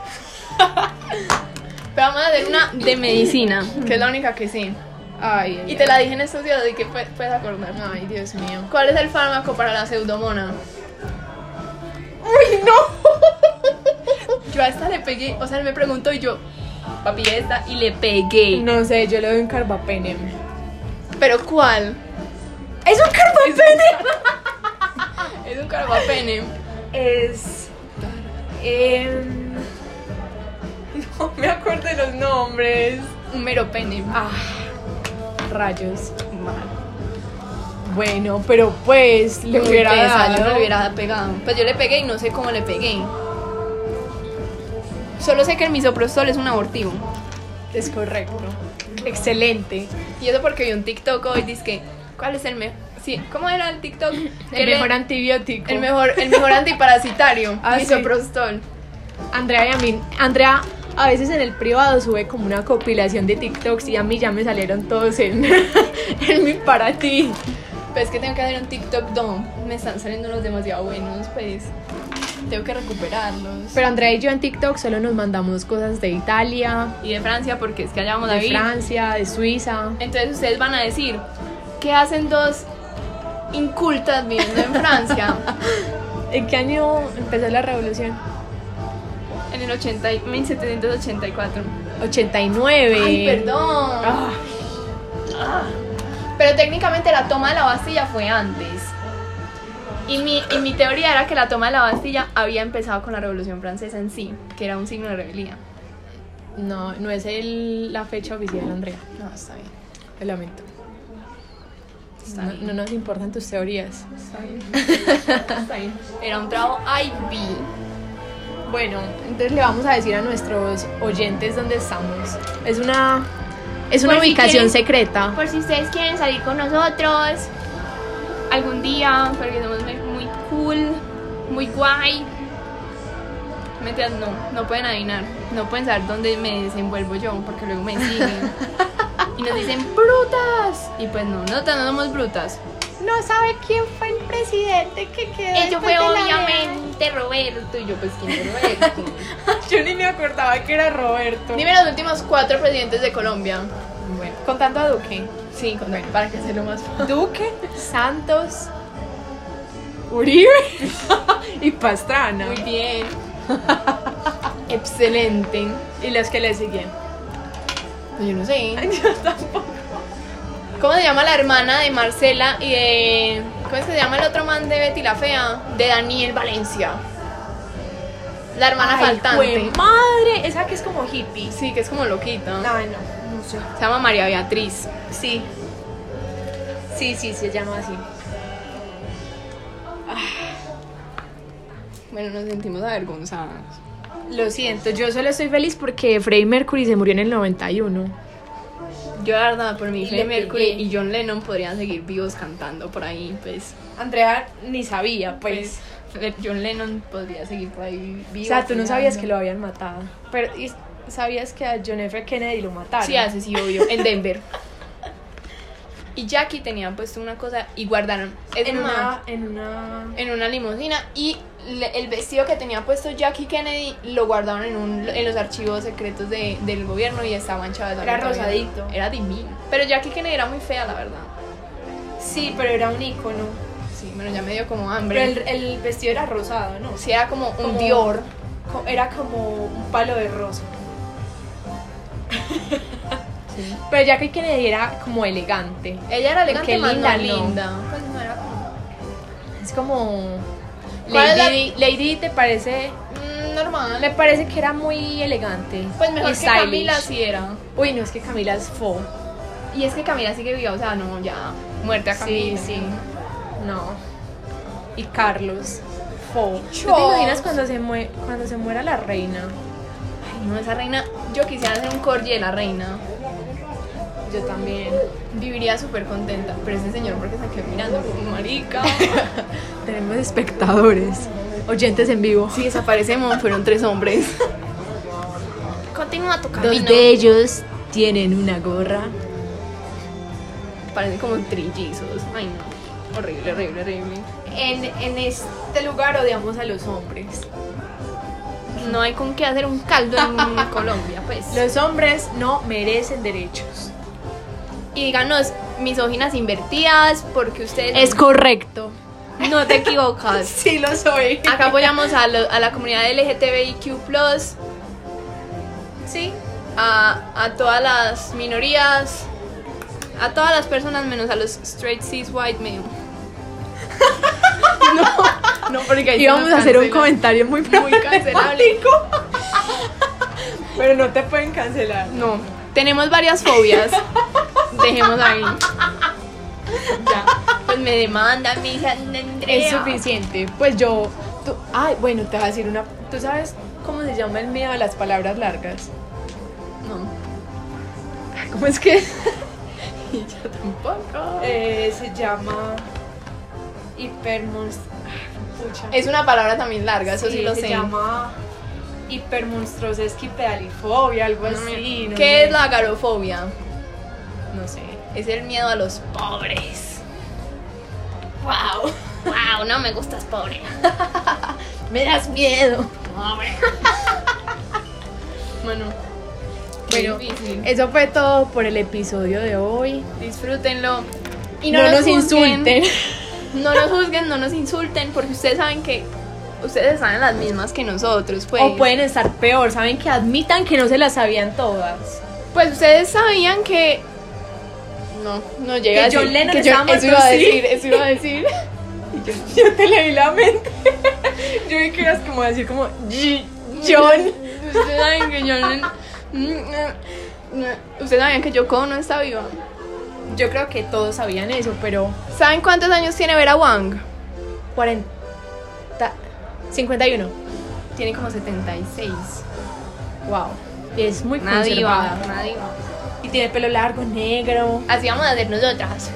S1: Pero vamos a hacer una de medicina, que es la única que sí.
S2: Ay,
S1: Y te la dije en estos días, así que pue- puedes acordar.
S2: Ay, Dios mío.
S1: ¿Cuál es el fármaco para la pseudomona?
S2: ¡Uy, no!
S1: Yo a esta le pegué, o sea, él me preguntó y yo, papi, esta, y le pegué.
S2: No sé, yo le doy un carbapenem.
S1: ¿Pero cuál?
S2: ¡Es un carbapenem!
S1: Es un carbapene.
S2: Es. em, No me acuerdo de los nombres.
S1: Un meropene.
S2: Ah, rayos. Bueno, pero pues le
S1: Muy
S2: hubiera
S1: tesa, yo no
S2: dado.
S1: le hubiera pegado. Pues yo le pegué y no sé cómo le pegué. Solo sé que el misoprostol es un abortivo.
S2: Es correcto. Excelente.
S1: Y eso porque vi un TikTok hoy, dice que, ¿cuál es el mejor? Sí, ¿Cómo era el TikTok? Que
S2: El
S1: le-
S2: mejor antibiótico.
S1: el mejor, el mejor antiparasitario,
S2: Ah, sí.
S1: misoprostol.
S2: Andrea y a mí, Andrea a veces en el privado sube como una compilación de TikToks y a mí ya me salieron todos en, en mi para ti.
S1: Pues que tengo que hacer un TikTok dom. Me están saliendo unos demasiado buenos, pues. Tengo que recuperarlos.
S2: Pero Andrea y yo en TikTok solo nos mandamos cosas de Italia,
S1: y de Francia, porque es que allá vamos a
S2: de
S1: vivir.
S2: Francia, de Suiza.
S1: Entonces ustedes van a decir, ¿qué hacen dos incultas viviendo en Francia?
S2: ¿En qué año empezó la revolución?
S1: en el 80, y- 1784.
S2: 89.
S1: Ay, perdón.
S2: Ah,
S1: Pero técnicamente la toma de la Bastilla fue antes. Y mi, y mi teoría era que la toma de la Bastilla había empezado con la Revolución Francesa en sí, que era un signo de rebelión.
S2: no, no es el- la fecha oficial, Andrea.
S1: No, está bien.
S2: Lo lamento.
S1: Está
S2: No,
S1: bien.
S2: no nos importan tus teorías.
S1: Está bien. Está bien. Era un trago IB.
S2: Bueno, entonces le vamos a decir a nuestros oyentes dónde estamos. Es una, es una
S1: Por si
S2: ubicación
S1: quieren-
S2: secreta.
S1: Por si ustedes quieren salir con nosotros algún día, porque somos muy, muy cool, muy guay. Mentiras, no, no pueden adivinar, no pueden saber dónde me desenvuelvo yo, porque luego me siguen. y nos dicen brutas. Y pues no, nosotras no somos brutas.
S2: No sabe quién fue el presidente que quedó.
S1: Ello fue obviamente Roberto. Y yo, pues, ¿quién es Roberto?
S2: Yo ni me acordaba que era Roberto.
S1: Dime los últimos cuatro presidentes de Colombia.
S2: Bueno, contando a Duque.
S1: Sí, con- para que sea lo más fácil.
S2: Duque, Santos, Uribe y Pastrana.
S1: Muy bien. Excelente.
S2: Y los que le siguen.
S1: Yo no sé. Yo tampoco. ¿Cómo se llama la hermana de Marcela y de. ¿Cómo es que se llama el otro man de Betty la Fea? De Daniel Valencia. La hermana
S2: Ay,
S1: faltante.
S2: jue madre, esa que es como hippie.
S1: Sí, que es como loquita.
S2: Ay, no, no sé.
S1: Se llama María Beatriz.
S2: Sí. Sí, sí, se llama así.
S1: Bueno, nos sentimos avergonzadas.
S2: Lo siento, yo solo estoy feliz porque Freddie Mercury se murió en el 91.
S1: Yo, la verdad, por mi Freddie
S2: le
S1: Mercury
S2: pegué.
S1: y John Lennon podrían seguir vivos cantando por ahí, pues.
S2: Andrea ni sabía, pues.
S1: pues, John Lennon podría seguir por ahí vivo.
S2: o sea, tú no
S1: cantando.
S2: sabías que lo habían matado. Pero y sabías que a John F. Kennedy lo mataron.
S1: Sí, hace, sí, obvio, en Denver. Y Jackie tenía puesto una cosa y guardaron en,
S2: En
S1: una,
S2: una, en una.
S1: en una limusina y le- el vestido que tenía puesto Jackie Kennedy lo guardaron en, un- en los archivos secretos de- del gobierno y estaba manchado de sangre
S2: Era
S1: todavía.
S2: rosadito.
S1: Era divino. Pero Jackie Kennedy era muy fea, la verdad.
S2: Sí, pero era un ícono.
S1: Sí, bueno, ya me dio como
S2: Pero
S1: hambre.
S2: el, el vestido era rosado, ¿no?
S1: Sí, era como un
S2: Como-
S1: Dior.
S2: Co- Era como un palo de rosa. Pero ya que Kennedy era como elegante.
S1: Ella era elegante,
S2: Qué
S1: más no
S2: linda, ¿no?
S1: linda. Pues no era como...
S2: Es como.
S1: ¿Cuál es la-
S2: Lady, Di- Lady Di te parece.
S1: Mm, normal.
S2: Me parece que era muy elegante.
S1: Pues mejor
S2: y
S1: que
S2: stylish.
S1: Camila sí era.
S2: Uy, no, es que Camila es fo.
S1: Y es que Camila sigue viva, o sea, no, ya muerte a Camila.
S2: Sí, sí. No. Y Carlos. Fo. ¿Tú te
S1: Charles.
S2: imaginas cuando se, mue- cuando se muera la reina?
S1: Ay, no, esa reina, yo quisiera hacer un corgi de la reina.
S2: Yo también.
S1: Viviría súper contenta, pero ese señor porque se quedó mirando como marica.
S2: Tenemos espectadores. Oyentes en vivo.
S1: Si desaparecemos, fueron tres hombres. Continúa tu camino.
S2: ellos tienen una gorra.
S1: Parecen como trillizos. Ay, no. Horrible, horrible, horrible.
S2: En, en este lugar odiamos a los hombres.
S1: No hay con qué hacer un caldo en Colombia, pues.
S2: Los hombres no merecen derechos.
S1: Y díganos, misóginas invertidas, porque ustedes
S2: correcto.
S1: no te equivocas.
S2: Sí lo soy.
S1: Acá apoyamos a, lo- a la comunidad LGTBIQ,
S2: Sí.
S1: a, a todas las minorías, a todas las personas menos a los straight cis white male. no, no, porque ahí sí
S2: Íbamos
S1: nos
S2: a hacer un
S1: cancelan.
S2: comentario muy
S1: Muy cancelable.
S2: Pero no te pueden cancelar.
S1: No, tenemos varias fobias. Dejemos ahí. Ya. Pues me demandan, me dicen Andrea.
S2: Es suficiente. Pues yo. tú- ay, bueno, te voy a decir una. ¿Tú sabes cómo se llama el miedo a las palabras largas?
S1: No,
S2: ¿Cómo es que?
S1: yo tampoco.
S2: Eh, se llama. Hipermons. ah, Pucha.
S1: Es una palabra también larga, eso sí lo
S2: se
S1: sé.
S2: llama hipermonstruoseski pedalifobia, algo así. no
S1: Pues, ¿Qué
S2: sé.
S1: es la agarofobia?
S2: No sé.
S1: Es el miedo a los pobres. Wow, wow, no me gustas pobre.
S2: Me das miedo.
S1: Bueno, eh,
S2: Bueno,
S1: qué difícil.
S2: eso fue todo por el episodio de hoy.
S1: disfrútenlo.
S2: Y no, pues. nos
S1: juzguen.
S2: insulten.
S1: No nos juzguen, no nos insulten, porque ustedes saben que ustedes saben las mismas que nosotros. Pues,
S2: O pueden estar peor, saben que admitan que no se las sabían todas.
S1: pues ustedes sabían que. No, no llega
S2: Que
S1: a decir.
S2: John Lennon
S1: que
S2: estaba muerto,
S1: Eso iba a
S2: sí.
S1: decir, eso iba a decir.
S2: Yo, yo te leí la mente. Yo vi que ibas como a decir como "G- John.
S1: Ustedes saben que John
S2: Mm,
S1: Lennon- Ustedes sabían que Yoko no está viva.
S2: Yo creo que todos sabían eso, pero
S1: ¿Saben cuántos años tiene Vera Wang?
S2: 40 51.
S1: Tiene como 76.
S2: Wow. Es muy
S1: Una diva,
S2: conservada.
S1: una diva.
S2: Y tiene pelo largo, negro.
S1: Así vamos a hacer nosotras.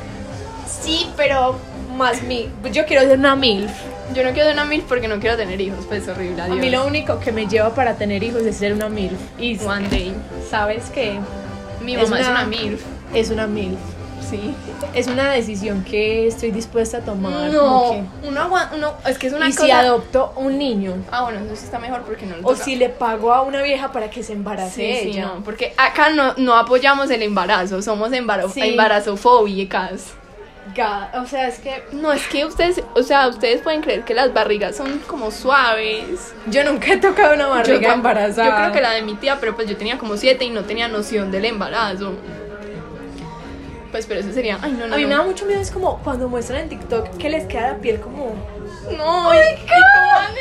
S2: Sí, pero más mi. Yo quiero ser una milf.
S1: Yo no quiero ser una mil porque no quiero tener hijos, pues horrible.
S2: A
S1: adiós.
S2: mí lo único que me lleva para tener hijos es ser una milf. Y
S1: One day.
S2: sabes que
S1: Mi
S2: Es
S1: mamá es
S2: una-
S1: una milf.
S2: es una milf.
S1: Sí.
S2: Es una decisión que estoy dispuesta a tomar.
S1: No,
S2: como
S1: uno, agua- uno- es que es
S2: que-
S1: una
S2: y
S1: cosa.
S2: si adopto un niño
S1: ah, bueno, eso sí está mejor porque no lo
S2: o
S1: toca.
S2: si le pago a una vieja para que se embarace
S1: Sí, sí,
S2: ella.
S1: no, porque acá no, no apoyamos el embarazo, somos embarazo,
S2: Sí.
S1: embarazofóbicas.
S2: Ga- O sea, es que
S1: No, es que ustedes, o sea, ustedes pueden creer que las barrigas son como suaves.
S2: yo nunca he tocado una barriga
S1: tam-
S2: embarazada.
S1: Yo creo que la de mi tía, pero pues yo tenía como siete y no tenía noción del embarazo. Pues, pero eso sería, ay, no, no.
S2: A mí
S1: no.
S2: me da mucho miedo es como cuando muestran en TikTok que les queda la piel como
S1: No, ay, qué mal,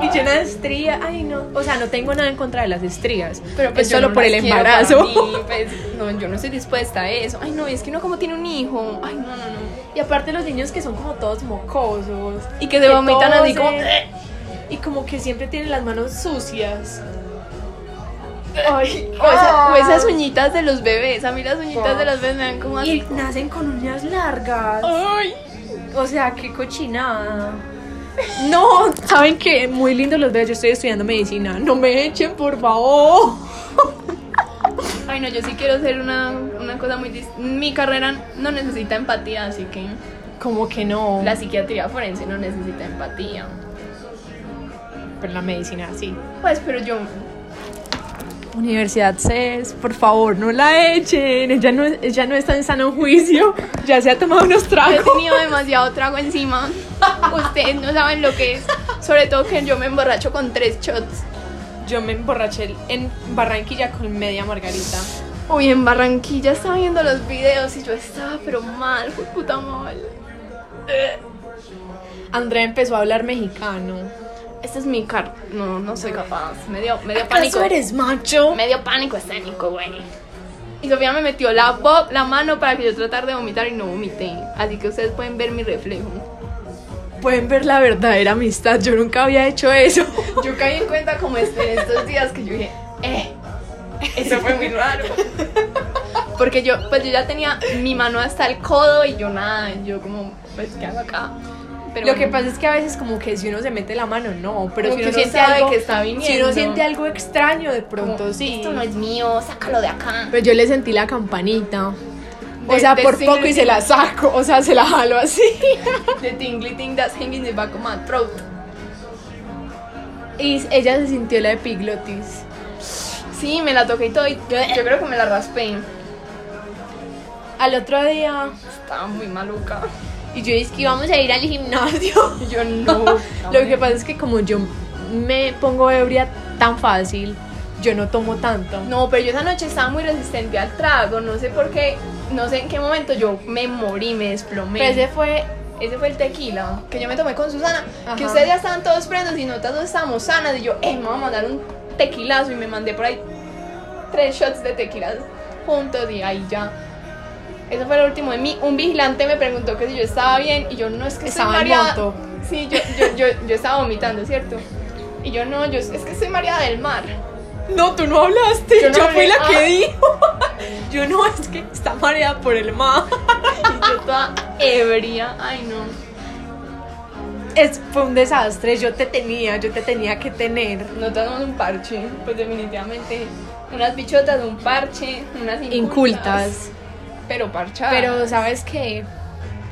S1: nene.
S2: y llena de estrías. Ay, no. O sea, no tengo nada en contra de las estrías.
S1: Pero pues
S2: es
S1: yo
S2: solo
S1: no
S2: por el
S1: las quiero
S2: embarazo.
S1: para mí, pues, no, yo no estoy dispuesta a eso. Ay, no, es que uno como tiene un hijo. Ay, no, no, no.
S2: Y aparte los niños que son como todos mocosos.
S1: Y que se vomitan así
S2: tosen,
S1: como.
S2: Y como que siempre tienen las manos sucias. Ay,
S1: O, esa- o esas uñitas de los bebés. A mí las uñitas de los bebés me dan como
S2: Y
S1: así.
S2: nacen con uñas largas.
S1: Ay.
S2: O sea, qué cochinada. No, saben que muy lindo los veo. Yo estoy estudiando medicina. No me echen, por favor.
S1: Ay, no, yo sí quiero hacer una, una cosa muy. dis- Mi carrera no necesita empatía, así que.
S2: Como que no.
S1: La psiquiatría forense no necesita empatía.
S2: pero la medicina sí.
S1: Pues, pero yo.
S2: Universidad CES, por favor, no la echen. Ella no, ella no está en sano juicio. Ya se ha tomado unos
S1: Yo he
S2: tragos.
S1: tenido demasiado trago encima. Ustedes no saben lo que es. Sobre todo que yo me emborracho con tres shots.
S2: Yo me emborraché en Barranquilla con media margarita.
S1: Uy, en Barranquilla estaba viendo los videos y yo estaba, pero mal, fue puta mal.
S2: Andrea empezó a hablar mexicano.
S1: Este es mi car. No, no soy capaz. Me dio, me dio pánico.
S2: eres macho?
S1: Me dio pánico escénico, güey. Y Sofía me metió la, bo- la mano para que yo tratara de vomitar y no vomité. Así que ustedes pueden ver mi reflejo.
S2: Pueden ver la verdadera amistad. Yo nunca había hecho eso.
S1: Yo caí en cuenta como este, en estos días que yo dije, eh, eso fue muy raro. Porque yo, pues yo ya tenía mi mano hasta el codo y yo nada, yo como, pues, ¿qué hago acá? Pero
S2: Lo que
S1: bueno.
S2: pasa es que a veces como que si uno se mete la mano, no. Pero
S1: Como que
S2: si uno
S1: uno
S2: siente
S1: sabe
S2: algo
S1: que está
S2: Si
S1: viniendo.
S2: uno siente algo extraño, de
S1: Como,
S2: pronto sí.
S1: Esto no es mío, sácalo de acá.
S2: Pero Pues yo le sentí la campanita.
S1: De-
S2: o sea,
S1: de
S2: por poco y
S1: Silver.
S2: se la saco. O sea, se la jalo así.
S1: The tingly thing that's hanging in the back of my throat.
S2: Y ella se sintió la epiglotis.
S1: Sí, me la toqué y todo. y yo, yo creo que me la raspé.
S2: Al otro día.
S1: Estaba muy maluca.
S2: Y yo dije que íbamos a ir al gimnasio.
S1: Y yo no.
S2: Lo que pasa es que como yo me pongo ebria tan fácil, yo no tomo tanto.
S1: No, pero yo esa noche estaba muy resistente al trago. No sé por qué. No sé en qué momento yo me morí, me desplomé.
S2: Pero ese fue
S1: Ese fue el tequila que yo me tomé con Susana. Que
S2: Ajá.
S1: ustedes ya estaban todos prendos y nosotras no estábamos sanas. Y yo, eh, me voy a mandar un tequilazo. Y me mandé por ahí tres shots de tequila juntos. Y ahí ya. Eso fue lo último de mí. Un vigilante me preguntó que si yo estaba bien. Y yo, no, es que estoy
S2: Estaba en
S1: mareada.
S2: moto.
S1: Sí, yo, yo, yo, yo estaba vomitando, ¿cierto? Y yo, no, yo, es que estoy mareada del mar.
S2: No, tú no hablaste.
S1: Yo
S2: Yo,
S1: no hablé.
S2: fui la
S1: Ah.
S2: que dijo. Yo no, es que está mareada por el mar.
S1: Y yo toda ebria. Ay, no.
S2: Es, fue un desastre. Yo te tenía, yo te tenía que tener.
S1: No tenemos un parche. Pues definitivamente unas bichotas, un parche, unas incultas.
S2: Incultas. Ah.
S1: Pero parchadas.
S2: Pero sabes qué?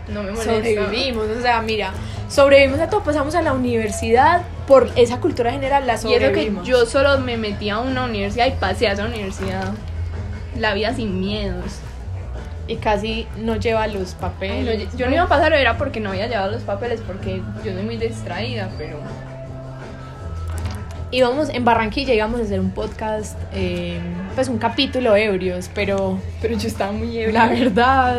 S1: no me molesta.
S2: Sobrevivimos. O sea, mira, sobrevivimos a todo. Pasamos a la universidad por esa cultura general la
S1: Y eso que
S2: sobrevivimos.
S1: yo solo me metí a una universidad y pasé a esa universidad. La vida sin miedos.
S2: Y casi no lleva
S1: Ay,
S2: los
S1: no,
S2: papeles.
S1: yo no iba a pasar, era porque no había llevado los papeles, porque yo soy muy distraída, pero
S2: íbamos en Barranquilla íbamos a hacer un podcast, eh, pues un capítulo ebrios, pero
S1: pero yo estaba muy ebria.
S2: la verdad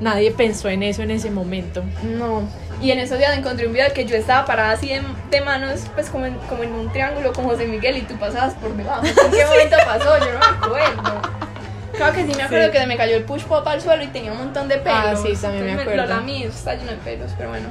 S2: nadie pensó en eso en ese momento.
S1: No. Y en esos días encontré un video que yo estaba parada así de, de manos, pues como en, como en un triángulo con José Miguel y tú pasabas por debajo. ¿En qué momento pasó? Yo no me acuerdo. Claro que sí me acuerdo
S2: Sí.
S1: que se me cayó el push pop al suelo y tenía un montón de pelos.
S2: Ah, sí, también me
S1: Entonces
S2: acuerdo.
S1: Lo lamí, está lleno de pelos, pero bueno.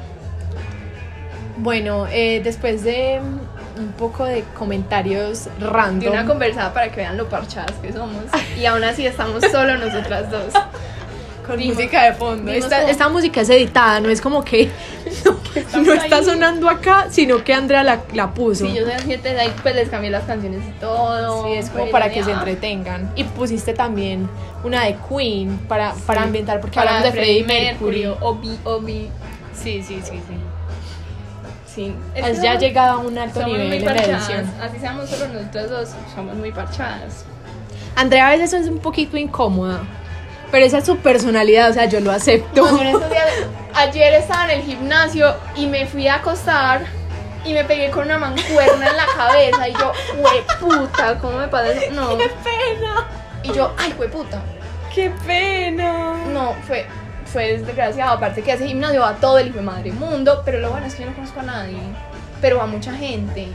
S2: Bueno, eh, después de mm, un poco de comentarios random.
S1: De una conversada para que vean lo parchadas que somos. Y aún así estamos solo nosotras dos.
S2: con
S1: Dimos-
S2: música de fondo.
S1: dimos
S2: Esta,
S1: como-
S2: esta música es editada, no es como que no,
S1: estamos
S2: no está
S1: ahí.
S2: sonando acá, sino que Andrea la, la puso.
S1: Sí, yo soy siete de ahí, pues les cambié las canciones y todo.
S2: Sí, es como
S1: Pues,
S2: para que
S1: ya.
S2: se entretengan. Y pusiste también una de Queen para, para ambientar, porque
S1: Para
S2: hablamos de Freddie Mercury.
S1: Mercury, Obi, Obi.
S2: Sí, sí, sí, sí.
S1: Sí.
S2: Has ya llegado a un alto
S1: Somos
S2: nivel
S1: muy
S2: en la
S1: parchadas.
S2: edición.
S1: Así seamos solo nosotros dos, somos muy parchadas.
S2: Andrea a veces es un poquito incómoda, pero esa es su personalidad, o sea, yo lo acepto.
S1: Bueno, en estos días- ayer estaba en el gimnasio y me fui a acostar y me pegué con una mancuerna en la cabeza y yo, puta, ¿cómo me pasa eso? No.
S2: pena!
S1: Y yo, ay, puta.
S2: ¡Qué pena!
S1: No, fue, fue desgraciado. Aparte que ese gimnasio va todo el hijo de madre mundo, pero lo bueno es que yo no conozco a nadie, pero va mucha gente.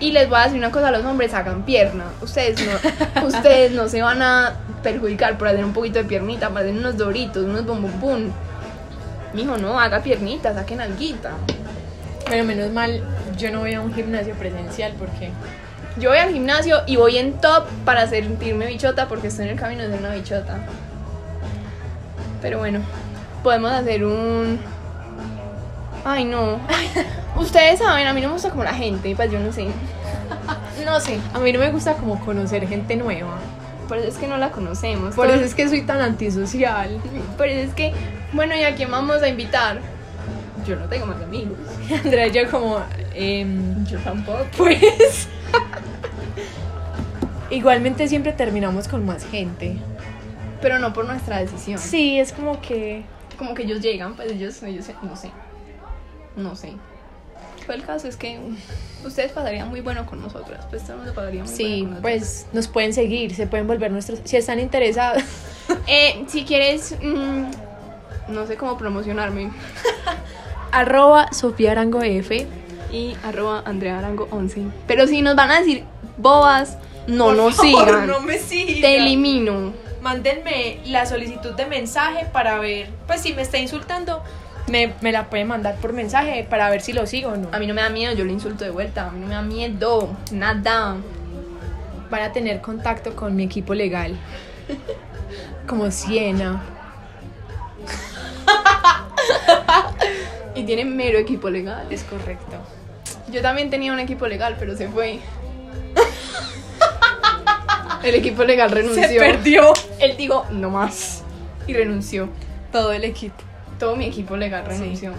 S1: Y les voy a decir una cosa a los hombres, hagan pierna. Ustedes no, ustedes no se van a perjudicar por hacer un poquito de piernita, para hacer unos doritos, unos bum bum bum. Mijo, no, haga piernita, saquen alguita.
S2: Pero menos mal, yo no voy a un gimnasio presencial porque
S1: Yo voy al gimnasio y voy en top para sentirme bichota porque estoy en el camino de ser una bichota. Pero bueno, podemos hacer un... Ay no. Ustedes saben, a mí no me gusta como la gente, pues yo no sé. No sé.
S2: a mí no me gusta como conocer gente nueva.
S1: Por eso es que no la conocemos.
S2: Por
S1: Todo-
S2: eso es que soy tan antisocial.
S1: por eso es que, bueno, ¿y a quién vamos a invitar? Yo no tengo más amigos.
S2: Andrea y yo como... em,
S1: Yo tampoco.
S2: pues... Igualmente siempre terminamos con más gente.
S1: Pero no por nuestra decisión.
S2: Sí, es como que...
S1: como que ellos llegan, pues ellos, ellos no sé, no sé. Pero el caso es que um, ustedes pasarían muy bueno con nosotras, pues todo el mundo pasaría muy
S2: Sí,
S1: bueno con nosotras.
S2: pues nos pueden seguir, se pueden volver nuestros... Si están interesados...
S1: Eh, si quieres, mm, no sé cómo promocionarme,
S2: Arroba Sofía Arango F.
S1: y arroba Andrea Arango 11. Pero si nos van a decir bobas, no nos sigan,
S2: me sigan.
S1: te elimino.
S2: Mándenme la solicitud de mensaje para ver... Pues si me está insultando, me, me la pueden mandar por mensaje para ver si lo sigo o no.
S1: A mí no me da miedo, yo le insulto de vuelta, a mí no me da miedo, nada.
S2: Van a tener contacto con mi equipo legal. Como Siena.
S1: Y tienen mero equipo legal.
S2: Es correcto.
S1: Yo también tenía un equipo legal, pero se fue. El equipo legal renunció. Él dijo, no más. Y renunció.
S2: todo el equipo.
S1: Todo mi equipo legal
S2: Sí.
S1: renunció.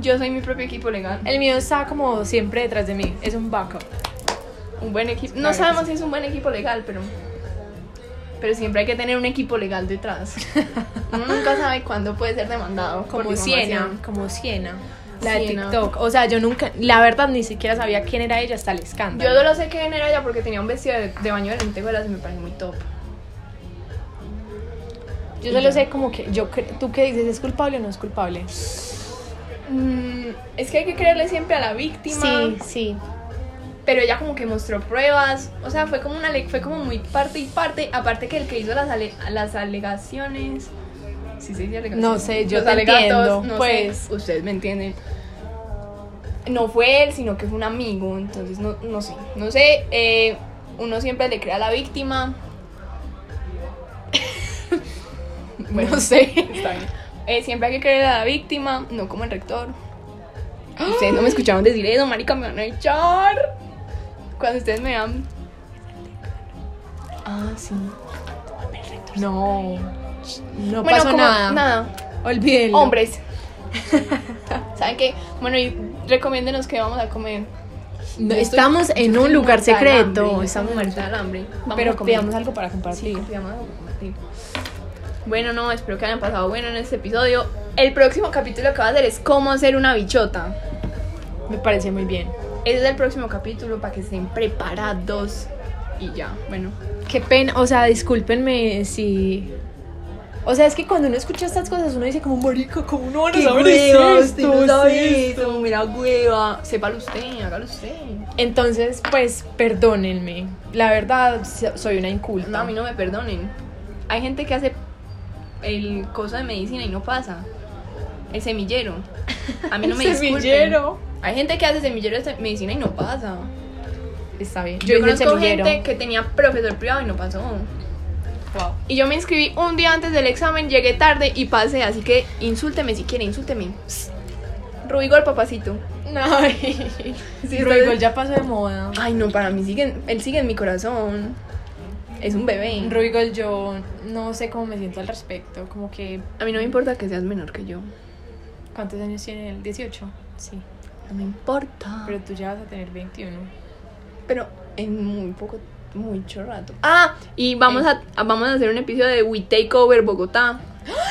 S1: Yo soy mi propio equipo legal.
S2: El mío está como siempre detrás de mí. Es un backup.
S1: Un buen equipo.
S2: Claro
S1: No
S2: que
S1: sabemos
S2: sí.
S1: si es un buen equipo legal, pero. Pero siempre hay que tener un equipo legal detrás. Uno nunca sabe cuándo puede ser demandado. por
S2: Como
S1: difamación.
S2: Siena. Como Siena. La de
S1: Siena.
S2: TikTok. O sea, yo nunca, la verdad, ni siquiera sabía quién era ella hasta el
S1: Yo
S2: escándalo.
S1: solo sé que era ella porque tenía un vestido de, de baño de lentejuelas y me parece muy top.
S2: Yo solo sé como que, yo, cre- tú qué dices, ¿es culpable o no es culpable?
S1: Mm, es que hay que creerle siempre a la víctima.
S2: Sí, sí.
S1: pero ella como que mostró pruebas, o sea, fue como una le- fue como muy parte y parte, aparte que el que hizo las ale- las alegaciones sí se dice alegaciones.
S2: No sé, yo
S1: Los
S2: te
S1: alegatos,
S2: entiendo,
S1: no
S2: pues.
S1: sé, ustedes me entienden. No fue él, sino que fue un amigo, entonces no, no sé, no sé, eh, uno siempre le crea a la víctima. bueno,
S2: No sé.
S1: está bien. Eh, siempre hay que creer a la víctima, no como el rector. Ustedes no me escucharon decir eso, marica, me van a echar. Cuando ustedes me dan. Ah, sí.
S2: No. No
S1: bueno,
S2: pasó
S1: como-
S2: nada.
S1: Nada.
S2: Olvídenlo.
S1: Hombres. ¿Saben qué? Bueno, y Recomiéndenos qué vamos a comer.
S2: No,
S4: Yo estoy-
S2: estamos en
S4: yo
S2: un
S4: estoy
S2: lugar
S4: muerta del hambre,
S2: secreto.
S4: yo
S2: Estamos
S4: estoy muerta
S2: muertos.
S4: del hambre.
S1: Vamos a
S4: Pero
S1: comer.
S4: pidamos algo para compartir.
S1: Digamos algo compartir. Bueno, no, espero que hayan pasado bueno en este episodio. El próximo capítulo que va a hacer es cómo hacer una bichota.
S2: Me parece muy bien.
S1: Ese es el próximo capítulo para que estén preparados. Y ya, bueno.
S2: Qué pena, o sea, discúlpenme si.
S4: O sea, es que cuando uno escucha estas cosas, uno dice como, marica, ¿cómo no van a
S2: ¿Qué
S4: saber
S2: hueva,
S4: esto?
S2: usted no
S4: Sí,
S2: sabe
S4: esto, Mira, hueva.
S1: Sépalo usted, hágalo usted.
S2: Entonces, pues, perdónenme. La verdad, so- soy una inculta.
S1: No, a mí no me perdonen. Hay gente que hace el coso de medicina y no pasa. El semillero. A mí no
S2: El
S1: me disculpen.
S2: semillero.
S1: Hay gente que hace semillero de medicina y no pasa.
S2: Está bien.
S1: Yo,
S2: Yo, hice el
S1: conozco
S2: semillero.
S1: gente que tenía profesor privado y no pasó.
S4: Wow.
S1: Y yo me inscribí un día antes del examen, llegué tarde y pasé, así que insúlteme si quiere, insúlteme. Psst. Ruigol, papacito.
S2: Ay.
S1: Sí,
S2: Pero
S1: entonces-
S2: igual ya pasó de moda.
S1: Ay, no, para mí sigue, en- él sigue en mi corazón. Es un bebé.
S2: Ruigol, yo no sé cómo me siento al respecto. Como que,
S1: A mí no me importa que seas menor que yo.
S2: ¿cuántos años tiene él? 18. Sí.
S1: No me importa.
S2: Pero tú ya vas a tener 21.
S1: Pero en muy poco, mucho rato. Ah, y vamos a, a- vamos a hacer un episodio de We Take Over Bogotá.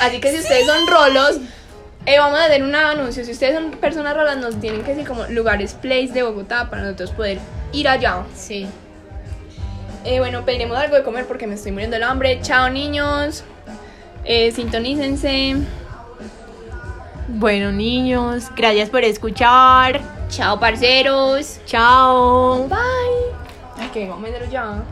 S1: Así que si ustedes son rolos, eh, vamos a hacer un anuncio. Si ustedes son personas rolas, nos tienen que decir como lugares, place de Bogotá para nosotros poder ir allá.
S2: Sí.
S1: Eh, bueno, pediremos algo de comer porque me estoy muriendo el hambre. Chao, niños. Eh, sintonícense.
S4: Bueno, niños, gracias por escuchar.
S1: Chao, parceros.
S4: Chao.
S1: Ay, que vamos a meterlo ya.